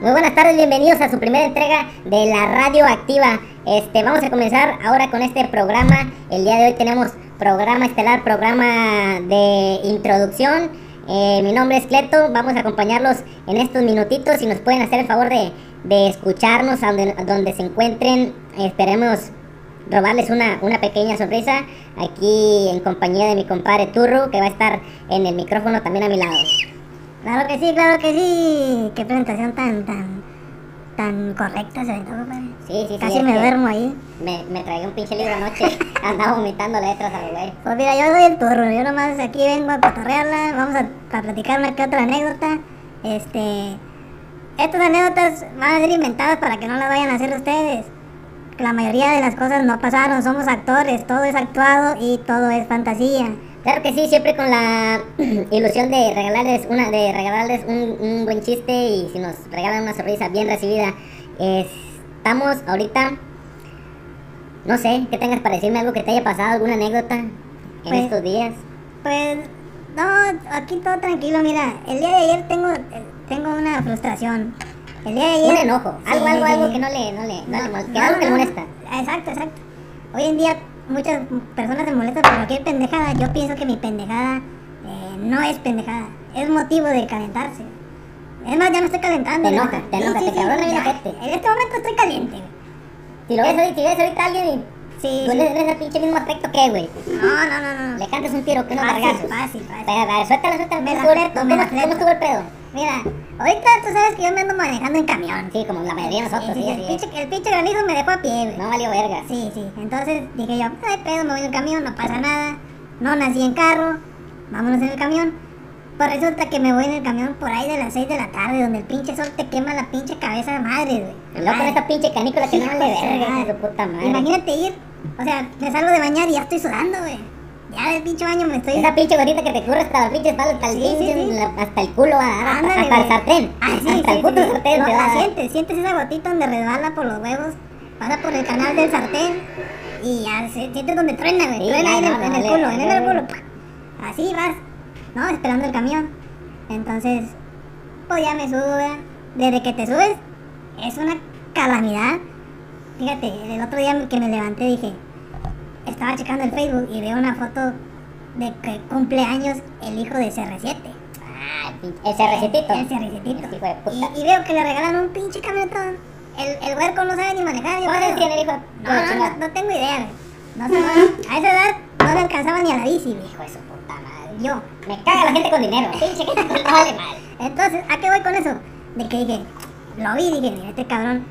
Muy buenas tardes, bienvenidos a su primera entrega de la Radio Activa. Este, vamos a comenzar ahora con este programa. El día de hoy tenemos programa estelar, programa de introducción. Eh, mi nombre es Cleto, vamos a acompañarlos en estos minutitos y nos pueden hacer el favor de, de escucharnos a donde, a donde se encuentren. Esperemos robarles una, una pequeña sorpresa aquí en compañía de mi compadre Turro, que va a estar en el micrófono también a mi lado. Claro que sí, claro que sí. Qué presentación tan, tan, tan correcta se aventó, compadre. Sí, sí, sí. Casi es me que duermo ahí. Me, me tragué un pinche libro anoche. Andaba vomitando letras al güey. Pues mira, yo soy el turro. Yo nomás aquí vengo a patarrearla. Vamos a, a platicar una que otra anécdota. Este. Estas anécdotas van a ser inventadas para que no las vayan a hacer ustedes. La mayoría de las cosas no pasaron. Somos actores. Todo es actuado y todo es fantasía. Claro que sí, siempre con la ilusión de regalarles una, de regalarles un, un buen chiste y si nos regalan una sonrisa bien recibida. Eh, Estamos ahorita, no sé, que tengas para decirme algo que te haya pasado, alguna anécdota en Pues- estos días. Pues no, aquí todo tranquilo, mira, el día de ayer tengo tengo una frustración. El día de ayer Un enojo, algo, Sí, algo, sí. algo que no le, no le, no le mol- que no, algo que le no, molesta. Exacto, exacto. Hoy en día muchas personas se molestan por cualquier pendejada. Yo pienso que mi pendejada eh, no es pendejada, es motivo de calentarse. Es más, ya me estoy calentando. Te la enoja, neta. te enoja, te cabrona bien ya. ojete. En este momento estoy caliente. güey. Si lo ves ahorita, si ves ahorita a alguien y Sí, tú sí. le ves el pinche mismo aspecto que, güey, No, no, no, no. le cantas un tiro que no Fácil, cargas. fácil, fácil. Suéltala, suéltala, Me la ¿cómo estuvo- fleto, me la cómo- ¿Cómo fleto. estuvo el pedo? Mira, ahorita tú sabes que yo me ando manejando en camión. Ah, Sí, como la mayoría de nosotros, sí, el, así es. pinche, el pinche granizo me dejó a pie, güey. No valió verga. Sí, sí. Entonces dije yo, ay, pedo, me voy en camión, no pasa nada. No nací en carro, vámonos en el camión. Pues resulta que me voy en el camión por ahí de las 6 de la tarde, donde el pinche sol te quema la pinche cabeza de madre, güey. El loco en esta pinche canícula que no Hijo vale de su verga, hijo madre. de su puta madre. Imagínate ir, o sea, me salgo de bañar y ya estoy sudando, güey. Ya del pinche baño me estoy... Esa pinche gorrita que te curra hasta la pinche espalda, hasta el Sí, sí, pinche, sí. la- hasta el culo, a- hasta, Ándale, hasta el güey. sartén. Ah, sí, hasta sí, el puto sí. sartén No, te va la a dar. sientes, sientes esa gotita donde resbala por los huevos, pasa por el canal del sartén y ya se- sientes donde truena, güey. Sí, truena ya, ahí en el- no, en el dale, culo, en dale, el culo. dale. ¡pah! Así vas, ¿no? Esperando el camión. Entonces, pues ya me subo, ¿verdad? Desde que te subes, es una calamidad. Fíjate, el otro día que me levanté dije, estaba checando el Facebook y veo una foto de que cumple años el hijo de CR7. Ah, el pinche- el cerrecitito. El cerrecitito. Ese hijo de puta. Y, y veo que le regalan un pinche camionetón. El, el huerco no sabe ni manejar. Yo ¿Cuántos creo. años tiene el hijo de No, la no, no, chingada? no tengo idea, güey. No sé, no, a esa edad no le alcanzaba ni a la bici, güey. Hijo de su puta madre. Yo. Me caga la gente con dinero. Pinche gente con no vale mal. Entonces, ¿a qué voy con eso? De que dije, lo vi, dije, mira, este cabrón,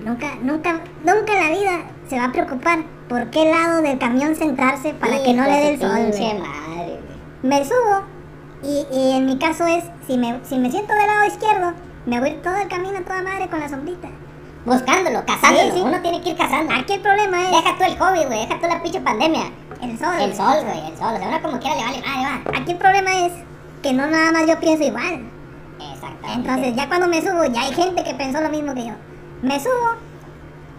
nunca, nunca, nunca en la vida se va a preocupar por qué lado del camión sentarse para que no Hijo le de dé el su sol, Pinche güey. madre, güey. me subo y, y en mi caso es, si me, si me siento del lado izquierdo, me voy todo el camino a toda madre con la sombrita. Buscándolo, cazándolo. sí. Ah, Uno tiene que ir cazando. Aquí el problema es Deja tú el COVID, güey. Deja tú la pinche pandemia. el sol. El sol, güey. El sol. O sea, uno como quiera le vale madre, Aquí el problema es que no nada más yo pienso igual. va. Exactamente. Entonces ya cuando me subo, ya hay gente que pensó lo mismo que yo. Me subo,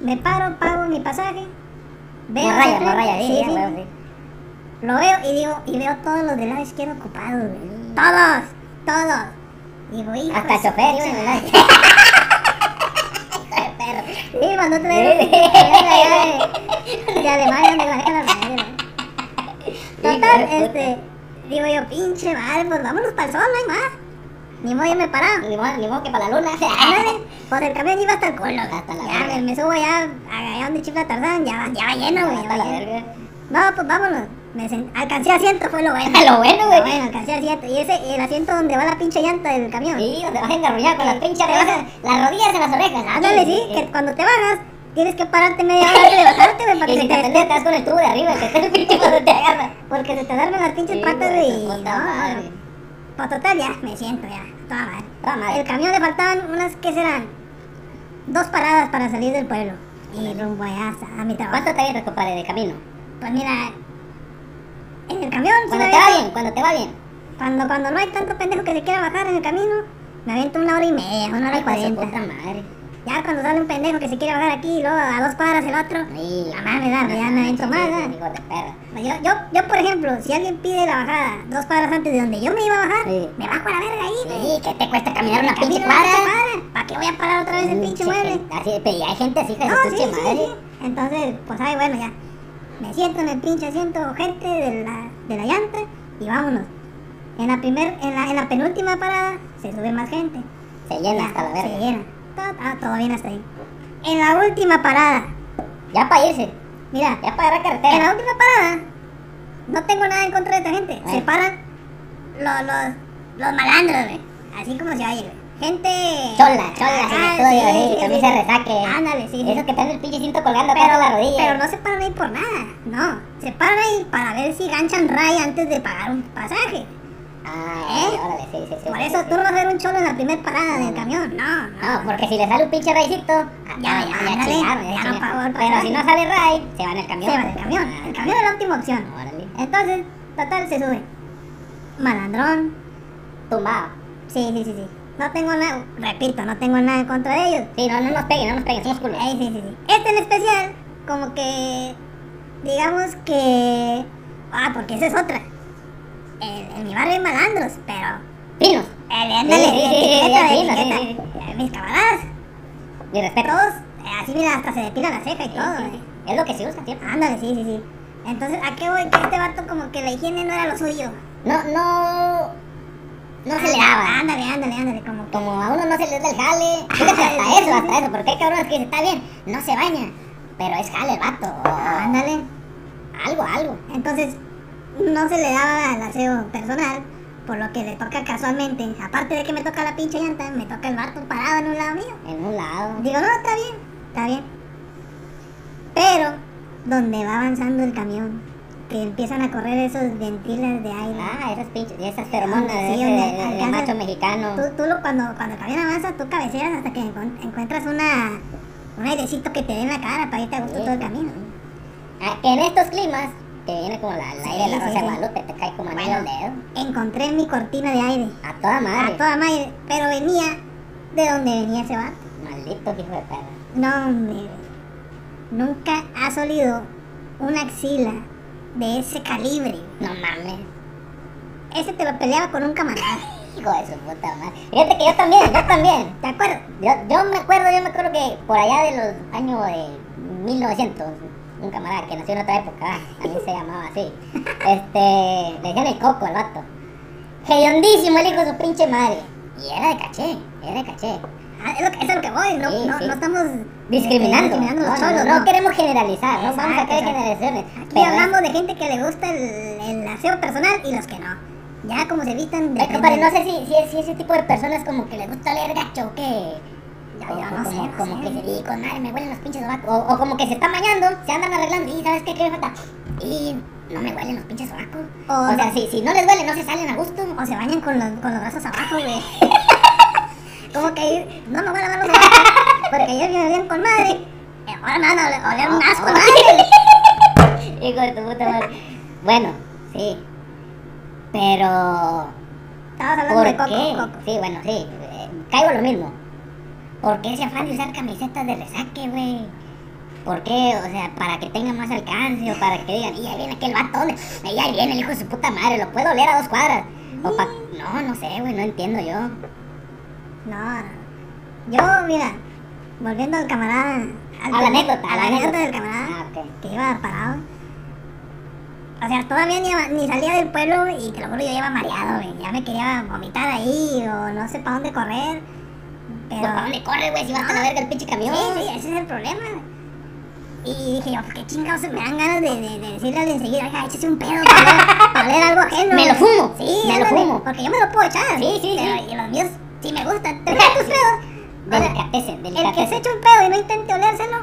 me paro, pago mi pasaje. veo hacia Morralla, frente, morralla. sí, Sí, sí, güey. Lo veo y digo, y veo todos los del lado izquierdo ocupados, güey. Todos, todos. Digo, hijo. Hasta el de su chofer, iba pinche en el lado. Hijo de perro. Sí, pues, mandó otra Sí. vez. Y además, donde la deja la madre. ¿no? Hijo de Total, puta. este. Digo yo, pinche madre, pues vámonos para el sol, no hay más. Ni modo, ya me paraba. Ni modo, ni modo que para la luna. Ándale, Pues el camión iba hasta el culo. Hasta la ya, verga. me, me subo allá, allá donde chifla Tarzán, ya, va- ya va lleno, güey. ya Hasta va la lleno. verga. No, pues vámonos. Me sen- alcancé asiento, fue lo bueno. Lo bueno, güey. Bueno, alcancé asiento. Y ese, el asiento donde va la pinche llanta del camión. Sí, o te vas a engarrullar con las pinches Te rebajas, las rodillas en las orejas. Ah, Ándale, sí, que cuando te bajas, tienes que pararte media hora y levantarte, güey, para Y que si te te pendejas, te das con el tubo de arriba, que esté el pinche cuando te agarra. Porque se te duermen las pinches Sí, patas, güey, güey. tu No, puta madre. pues total, ya, me siento ya. Toda madre. Toda madre. El camión le faltaban unas, ¿qué serán? Dos paradas para salir del pueblo. Y rumbo allá hasta- a mi trabajo. ¿Cuánto te avientas, compadre, de camino? Pues mira, en el camión, sí me Cuando te va aviento- bien, cuando te va bien. cuando, cuando no hay tanto pendejo que se quiera bajar en el camino, me aviento una hora y media, Eh, una hora y Hijo de su cuarenta. puta madre. Ya cuando sale un pendejo que se quiere bajar aquí y luego a dos cuadras el otro, Ay, la madre, la- ya me aventó más, ¿eh? Hijo de perra. Yo, yo, yo, por ejemplo, si alguien pide la bajada dos cuadras antes de donde yo me iba a bajar, Sí. me bajo a la verga ahí, güey. Sí, que te cuesta caminar una Camino pinche a la cuadra. pinche cuadra, pa' qué voy a parar otra vez el pinche mueble? Así, pero ya hay gente así, hija de No, su sí, pinche sí, madre. sí. Entonces, pues ay, bueno, ya. Me siento en el pinche asiento gente de la, de la llanta y vámonos. En la primer, en la, en la penúltima parada se sube más gente. Se llena Ya, hasta la Se verga. llena. Todo, ah, todo bien hasta ahí. En la última parada, Ya para irse, mira, ya para agarrar en carretera. la última parada no tengo nada en contra de esta gente. Bueno. Se paran los, los, los malandros, güey. Así como se oye, güey. Gente. Chola, chola, sin Ah, estudio, sí, así, sí, camisa sí. de resaque. Ándale, sí. sí. Esos que traen el pinche cinto colgando atrás Pero, de la rodilla. pero no se paran ahí por nada, no. Se paran ahí para ver si ganchan raya antes de pagar un pasaje. Ah, ¿Eh? órale, sí, sí, sí. Por sí, eso sí. tú no vas a ver un cholo en la primera parada del camión. No, no. No, porque si le sale un pinche raycito, ah, Ya, ya, ya, ya, ándale, chingaron, ya ya no chingaron. pagó el Pero pasaje. si no sale ray, se va en el camión. Ah, Se va del camión. El camión es la última opción. Órale, Entonces, total, se sube. Malandrón. tumbado. Sí, sí, sí, sí. No tengo nada, repito, no tengo nada en contra de ellos. Sí, no, no nos peguen, no nos peguen, somos culos. Ay, sí, sí, sí. Este en especial, como que. Digamos que. Ah, porque esa es otra. En, en mi barrio hay malandros, pero. Pinos, El ándale, Sí, sí, de sí, etiqueta, sí, sí, de sí, etiqueta. sí, Eh, Mis camaradas, mi respeto. todos, eh, así mira, hasta se depilan la ceja y Sí, todo. sí, eh. sí. Es lo que se usa siempre. Ándale, sí, sí, sí. Entonces, ¿a qué voy? Que este vato como que la higiene no era lo suyo. No, no. No se le daba. Ándale, ándale, ándale, como que... Como a uno no se le da el jale. Fíjate, sí, hasta eso, sí, hasta eso. Porque hay cabrones que dicen, está bien, no se baña. Pero es jale el vato. o- o Ándale. Algo, algo. Entonces, no se le daba el aseo personal, por lo que le toca casualmente. Aparte de que me toca la pinche llanta, me toca el vato parado en un lado mío. En un lado. Digo, no, está bien, está bien. Pero, donde va avanzando el camión, que empiezan a correr esos ventilas de aire. Ah, esas pinches, esas feromonas Ah, de Sí, ese- donde de- de alcanzas- macho mexicano. Tú, tú lo- cuando, cuando el camión avanza, tú cabeceas hasta que encon- encuentras una, un airecito que te dé en la cara para irte a gusto Sí. todo el camino. Ah, que en estos climas, que viene como la, el Sí, aire de la sí, Rosa de sí. Guadalupe, te cae como anillo Bueno. al dedo. Encontré mi cortina de aire, A toda madre. a toda madre, pero venía de donde venía ese vato. Maldito hijo de perra. No, hombre, nunca ha solido una axila de ese calibre. No mames. Ese te lo peleaba con un camarada. Hijo de su puta madre. Fíjate que yo también, yo también. ¿Te acuerdas? Yo, yo me acuerdo, yo me acuerdo que por allá de los años de 1900, un camarada que nació en otra época, a mí se llamaba así, este, le decían el coco al vato. Hediondísimo el hijo de su pinche madre. Y era de caché, era de caché. Ah, es, lo que, es a lo que voy, no, Sí, no, sí. no estamos Discriminando. este, discriminando no, los no, cholos, no, no. queremos generalizar, no vamos a Exacto, caer en exacto. generalizaciones. Aquí pero hablamos de gente que le gusta el, el aseo personal y los que no. Ya como se evitan Ay, Eh, compadre, no sé si, si, si ese tipo de personas como que les gusta leer gacho o qué. Ya, O- ya, o no sé, como, no como sé. que se di con madre, me huelen los pinches sobacos. O, o como que se están bañando, se andan arreglando y ¿sabes qué? ¿Qué me falta? Y no me huelen los pinches sobacos. O- O, sea, si, si no les huele, no se salen a gusto. O se bañan con los, con los brazos abajo, güey. como que ahí, no me voy a lavar los brazos porque ayer me olían con madre. eh, Ahora me van a ole- oler un asco, madre. Hijo de tu puta madre. Bueno, sí. Pero. Estabas hablando ¿Por de qué? coco, coco. Sí, bueno, sí. eh, Caigo en lo mismo. ¿Por qué ese afán de usar camisetas de resaque, güey? ¿Por qué? O sea, para que tenga más alcance o para que digan, y ahí viene aquel batón, y ahí viene el hijo de su puta madre, lo puedo oler a dos cuadras. O pa- No, no sé, güey, no entiendo yo. No, yo, mira, volviendo al camarada. al A la primer- anécdota, A la anécdota del camarada Ah, ok. que iba parado. O sea, todavía ni, ni salía del pueblo y te lo juro, yo iba mareado, güey. Ya me quería vomitar ahí o no sé para dónde correr. Pues, Pero... ¿Para dónde corre, güey? Si va hasta la verga el pinche camión. Sí, sí, ese es el problema. Y dije yo, pues qué chingados me dan ganas de, de, de decirle al enseguida, oiga, échese un pedo para, para oler algo ajeno. Me lo fumo, Sí, me lo ándale, fumo. Porque yo me lo puedo echar. Sí, sí, Pero sí. y los míos sí me gustan. Te gustan tus pedos. O sea, Delicateces, el que se delicateces. echa un pedo y no intente olérselo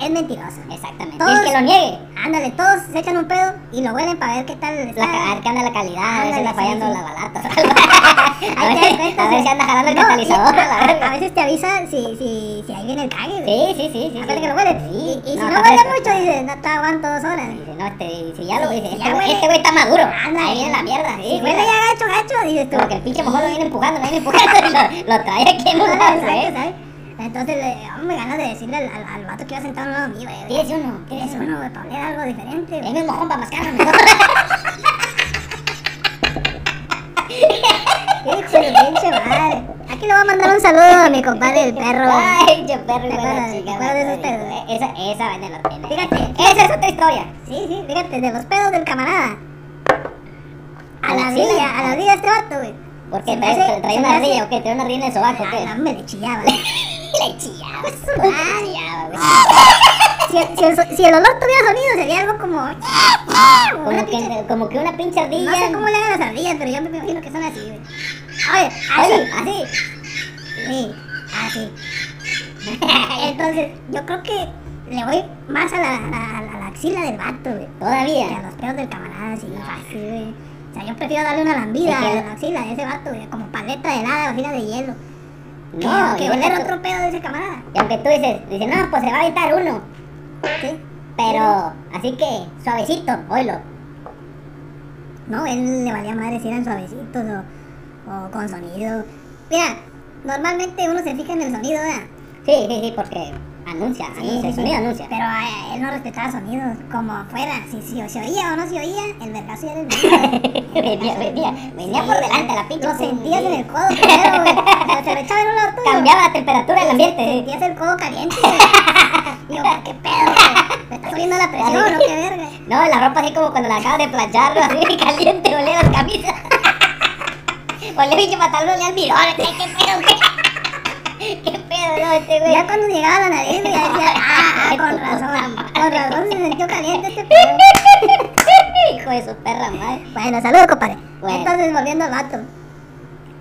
es mentiroso. Exactamente. Todos- Y el que lo niegue. Ándale, todos se echan un pedo y lo huelen para ver qué tal La, está. ca- a ver qué anda la calidad, a ver si Ándale, anda sí, fallando sí. la balata. a, Ahí te das ver, cuenta, a ver sí. si anda jalando el No, y catalizador. a, la verga. a veces te avisa si, si, si ahí viene el cague. güey. Sí, sí, sí. sí, Ándale, sí. que lo huele. Sí. Y, y si no, está huele fresco. mucho, dice, no te aguanto dos horas. Dice, no, este, si ya lo Sí, dice, si este ya güey huele. este güey está maduro. Ándale. Ahí viene la mierda. Sí, Sí, güey. huele ya gacho, gacho, dices tú. Como que el pinche mojón lo viene empujando, lo viene empujando y lo, lo trae aquí en un Ándale, lado, ¿sabes? güey. ¿sabes? Entonces, le, oh, me ganas de decirle al, al, al vato que iba sentado a un lado mío, eh, güey. Tienes uno, Tienes tienes uno. uno, güey, para oler algo diferente, güey. Dame un mojón para mascarme. Hijo de pinche madre. Aquí Aquí le voy a mandar un saludo a mi compadre, el perro. Ay, yo perro y ¿Te buena acuerdas? chica. ¿Te acuerdas de esos Margarito, pedos? eh. Esa, esa va en el hotel. eh. Fíjate. Esa es otra historia. Sí, sí, fíjate, de los pedos del camarada. A A la la orilla, silla. a la orilla este vato, güey. Porque Se me trae, hace- trae se una me hace- ardilla, ¿o qué? Trae una ardilla en el sobaco, ¿o Ah, ¿qué? no, me le chillaba. Le chillaba. Le chillaba, güey. si, el- si el, so- si el olor tuviera sonido, sería algo como. como una Como pinche- que, como que una pinche ardilla. No sé cómo le hagan las ardillas, pero yo me imagino que son así, güey. Oye, así, Oye, así. Sí, así. Entonces, yo creo que le voy más a la, a la- a la axila del vato, güey. Que a Todavía. los pedos del camarada, así, fácil, güey. O sea, yo prefiero darle una lambida Es que- a la axila de ese vato, güey, como paleta de helada o fila de hielo. Que- No, que y deja oler tú- otro pedo de ese camarada. Y aunque tú dices, dices, no, pues se va a aventar uno. Sí. Pero, así que, suavecito, oílo. No, él le valía madre si eran suavecitos o, o con sonido. Mira, normalmente uno se fija en el sonido, ¿verdad? Sí, sí, sí, porque anuncia, anuncia, el sonido anuncia. Pero eh, él no respetaba sonidos, como afuera, si, si se oía o no se oía, el vergazo ya era el venía, mismo. venía, venía por delante la pinche. Lo sentías en el codo primero, güey. O sea, Se lo echaba en un lado tuyo. Cambiaba la temperatura del ambiente. sí. Sentías el codo caliente, güey. Yo, ¿qué pedo, güey? ¿Me está subiendo la presión o qué verga? No, la ropa así como cuando la acabas de planchar, ¿no? así caliente, olía las camisas. Olía pinche pantalón, olía al mirón, ay, qué pedo, güey. Qué pedo, no, este güey. Ya cuando llegaba la nariz, güey, ya decía, ah, ah, con razón. Con razón se sintió caliente este pedo. Hijo de su perra madre. Bueno, saludos, compadre. Bueno. Entonces, volviendo al vato.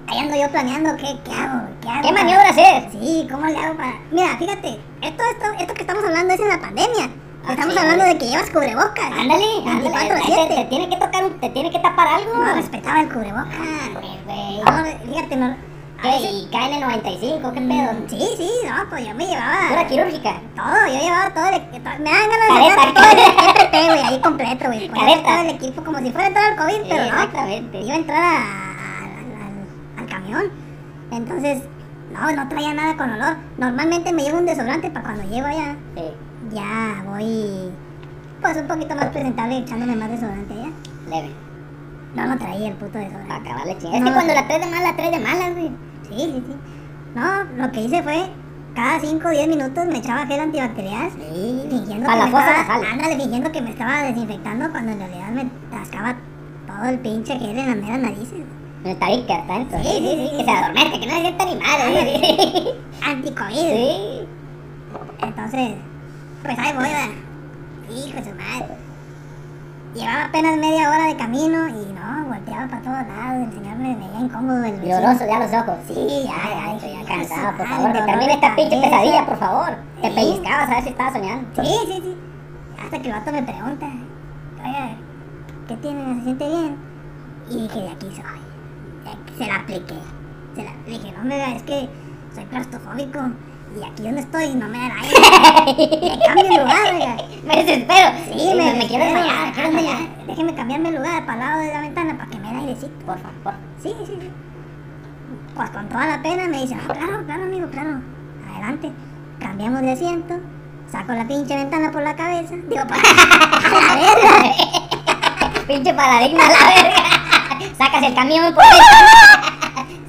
Ahí ando yo planeando qué, qué hago, qué hago. ¿Qué para- maniobra hacer? Sí, ¿cómo le hago para...? Mira, fíjate, esto, esto, esto que estamos hablando es en la pandemia. Ah, estamos sí, hablando de que llevas cubrebocas. Ándale, ándale. 24/7. Te, te tiene que tocar un, te tiene que tapar algo. No respetaba el cubrebocas. Hombre, güey. No, fíjate, no... a ¿Qué? veces- ¿Y caen en 95? ¿Qué pedo? Sí, sí, no, pues yo me Mm. Pura llevaba... quirúrgica. Todo, yo llevaba todo el equipo. Me dan ganas de Careta. sacar todo el EPP, güey, ahí completo, güey. poner Careta. Todo el equipo como si fuera todo el COVID, pero no. Exactamente. iba a entrar a- al- al- al camión. Entonces, no, no traía nada con olor. Normalmente me llevo un desodorante para cuando llego allá, Sí. ya voy pues un poquito más presentable echándome más desodorante allá. Leve. No, no traía el puto desodorante. Para acabarle chingada. Es No, que no, cuando no. la traes de mala, la traes de malas, güey. Sí, sí, sí. No, lo que hice fue, cada 5 o 10 minutos me echaba gel antibacterial. Sí. Fingiendo Para que la me fosa estaba, nasal. ándale, fingiendo que me estaba desinfectando cuando en realidad me rascaba todo el pinche gel en las meras narices. No está bien que hasta dentro. Sí, sí, sí. Ah, Que se adormece, que no se sienta ni madre. Sí. Anticovid. Sí. Entonces, pues ahí voy, ¿verdad? Hijo de su madre. Llevaba apenas media hora de camino y no, volteaba para todos lados. El señor me veía incómodo. El vecino. Lloroso ya los ojos. Sí, ya, Ay, estoy ya ya, cansado, por ay, favor. Que dolor termine de esta pinche cabeza. pesadilla, por favor. Te Sí. pellizcabas a ver si estabas soñando. Sí, sí, sí. Hasta que el vato me pregunta, oiga, ¿qué tiene? ¿Se siente bien? Y dije, de aquí soy. De aquí Se la apliqué. Se la, le dije, no, me es que soy claustrofóbico y aquí donde estoy no me da el aire. me cambio de lugar, oiga. Me desespero. Sí, me, me quiero desmayar, me desmayar, quiero desmayar. Déjeme cambiarme el lugar para el lado de la ventana para que me dé airecito. Por favor. Sí, sí, sí. Pues con toda la pena me dice, "Ah, claro, claro, amigo, claro. Adelante. Cambiamos de asiento. Saco la pinche ventana por la cabeza. Digo, pues, por la verga. Pinche paradigma, la verga. Sacas el camión por la-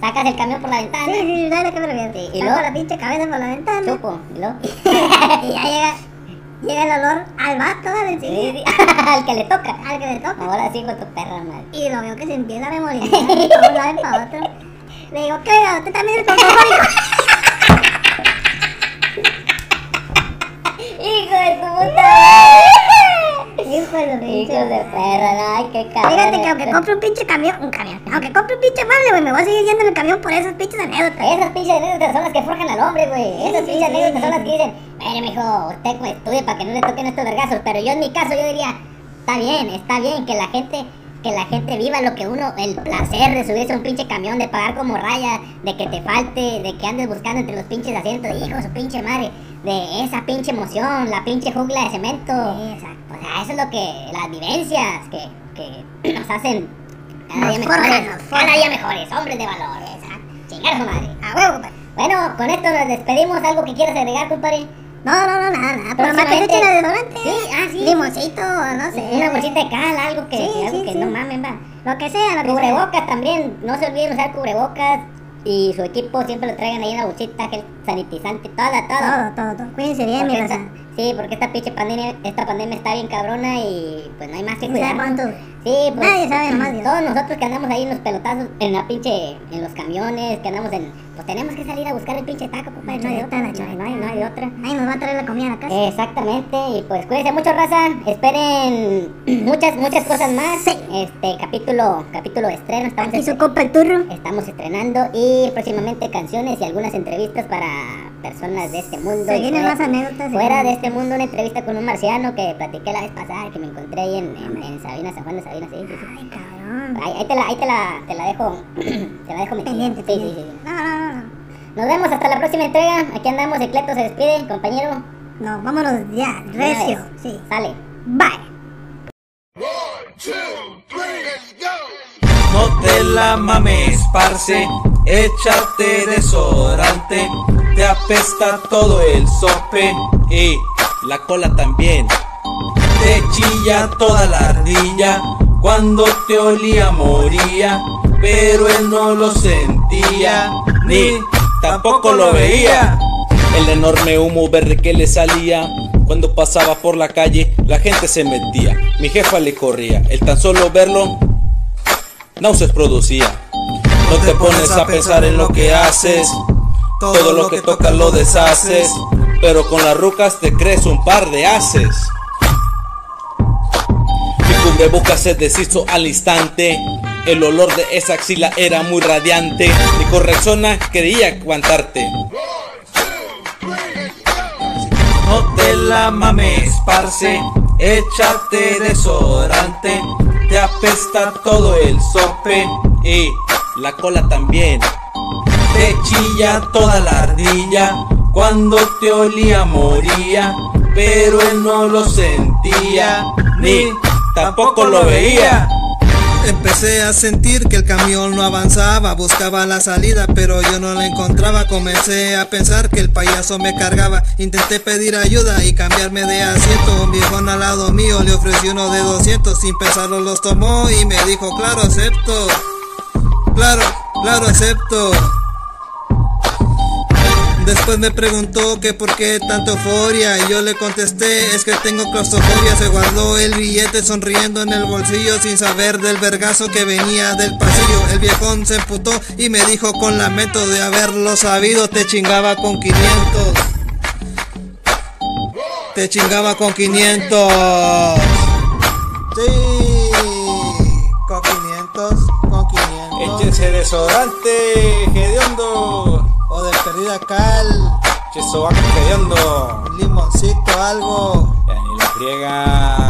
Sacas el camión por la Sí, ventana. sí, sí, dale que me refiero. Sí, ¿y Saco luego? la pinche cabeza por la ventana. Chupo, y luego- Y ya llega, llega el olor al vato, dale, Sí, sí. Al que le toca. Al que le toca. Ahora sí con tu perra madre. Y lo veo que se empieza a remolinar de un lado para otro. Le digo, ¿qué? oiga, ¿Usted también es claustrofóbico? Hijo de tu puta. Hijo de su Hijo pinche de madre. perra, ay, qué cabrón. Fíjate que aunque compre un pinche camión, un camión, aunque compre un pinche mueble, güey, me voy a seguir yendo en el camión por esas pinches anécdotas. Esas pinches anécdotas son las que forjan al hombre, güey. Esas Sí, pinches sí, anécdotas son sí. las que dicen, mire, mijo, usted pues, estudie para que no le toquen estos vergazos. Pero yo en mi caso, yo diría, está bien, está bien que la gente... Que la gente viva lo que uno, el placer de subirse a un pinche camión, de pagar como raya, de que te falte, de que andes buscando entre los pinches asientos, hijo, de su pinche madre, de esa pinche emoción, la pinche jungla de cemento. exacto. O sea, eso es lo que, las vivencias que, que nos hacen cada Nos día forjan, mejores, nos forjan. cada día mejores, hombres de valor, exacto. Chingar a su madre. A huevo, compadre. Bueno, con esto nos despedimos. ¿Algo que quieras agregar, compadre? No, no, no, nada, nada. Pero más que se Próximamente- echen al desodorante. Sí, ah, sí. Limoncito, no sé. Una bolsita de cal, algo que, Sí, algo sí, que sí. no mamen, va. Lo que sea, lo que sea. Cubrebocas también, no se olviden usar cubrebocas. y su equipo siempre lo traigan ahí en la bolsita, gel sanitizante, toda, toda. Todo, todo, todo. Cuídense bien, mi Porque raza. esta- sí, porque esta pinche pandemia, esta pandemia está bien cabrona y pues no hay más que ¿Quién sabe cuidar. cuánto? Sí, pues, Nadie sabe, nomás Dios. Todos nosotros que andamos ahí en los pelotazos, en la pinche, en los camiones, que andamos en, pues tenemos que salir a buscar el pinche taco, compadre, no hay Chuleta, otra, la no hay, no hay, no hay otra. Nadie nos va a traer la comida a la casa. Exactamente, y pues cuídense mucho, raza. Esperen muchas, muchas cosas más. Sí. Este capítulo, capítulo de estreno, estamos, Aquí estre- su copa el turro. estamos estrenando y próximamente canciones y algunas entrevistas para personas de este mundo. Se y vienen fuera- más anécdotas. se Fuera vienen- de este mundo, una entrevista con un marciano que platiqué la vez pasada, que me encontré ahí en, en- en Sabina, San Juan de Sabina, sí, sí, este. sí. Ay, cabrón. Ahí, ahí te la, ahí te la, te la dejo, te la dejo metida. Pendiente, Sí, sí, pendiente. sí. No, no, no, no. Nos vemos hasta la próxima entrega. Aquí andamos, Ecleto se despide, compañero. No, vámonos ya. De una Recio. vez. Sí. Sale. Bye. No te la mames, parce, échate desodorante, te apesta todo el sope y la cola también. Te chilla toda la ardilla, cuando te olía moría, pero él no lo sentía, ni tampoco lo veía. El enorme humo verde que le salía cuando pasaba por la calle, la gente se metía. Mi jefa le corría, el tan solo verlo náuseas producía. No te pones a pensar en lo que haces, todo lo que tocas lo deshaces, pero con las rucas te crees un par de haces. Mi cubrebocas se deshizo al instante, el olor de esa axila era muy radiante, mi correxona quería aguantarte. No te la mames, parce, échate desodorante, te apesta todo el sope y la cola también. Te chilla toda la ardilla, cuando te olía moría, pero él no lo sentía, ni tampoco lo veía. Empecé a sentir que el camión no avanzaba, buscaba la salida, pero yo no la encontraba. Comencé a pensar que el payaso me cargaba. Intenté pedir ayuda y cambiarme de asiento. Un viejón al lado mío le ofrecí uno de 200, sin pensarlo los tomó y me dijo, claro, acepto. Claro, claro, acepto. Después me preguntó que por qué tanta euforia y yo le contesté es que tengo claustrofobia. Se guardó el billete sonriendo en el bolsillo sin saber del vergazo que venía del pasillo. El viejón se emputó y me dijo con lamento de haberlo sabido te chingaba con 500. Te chingaba con 500. Sí, con 500, con 500. desodorante, hediondo, O de perdida cal. chesoaco hediondo. limoncito, algo. Ya ni la friega.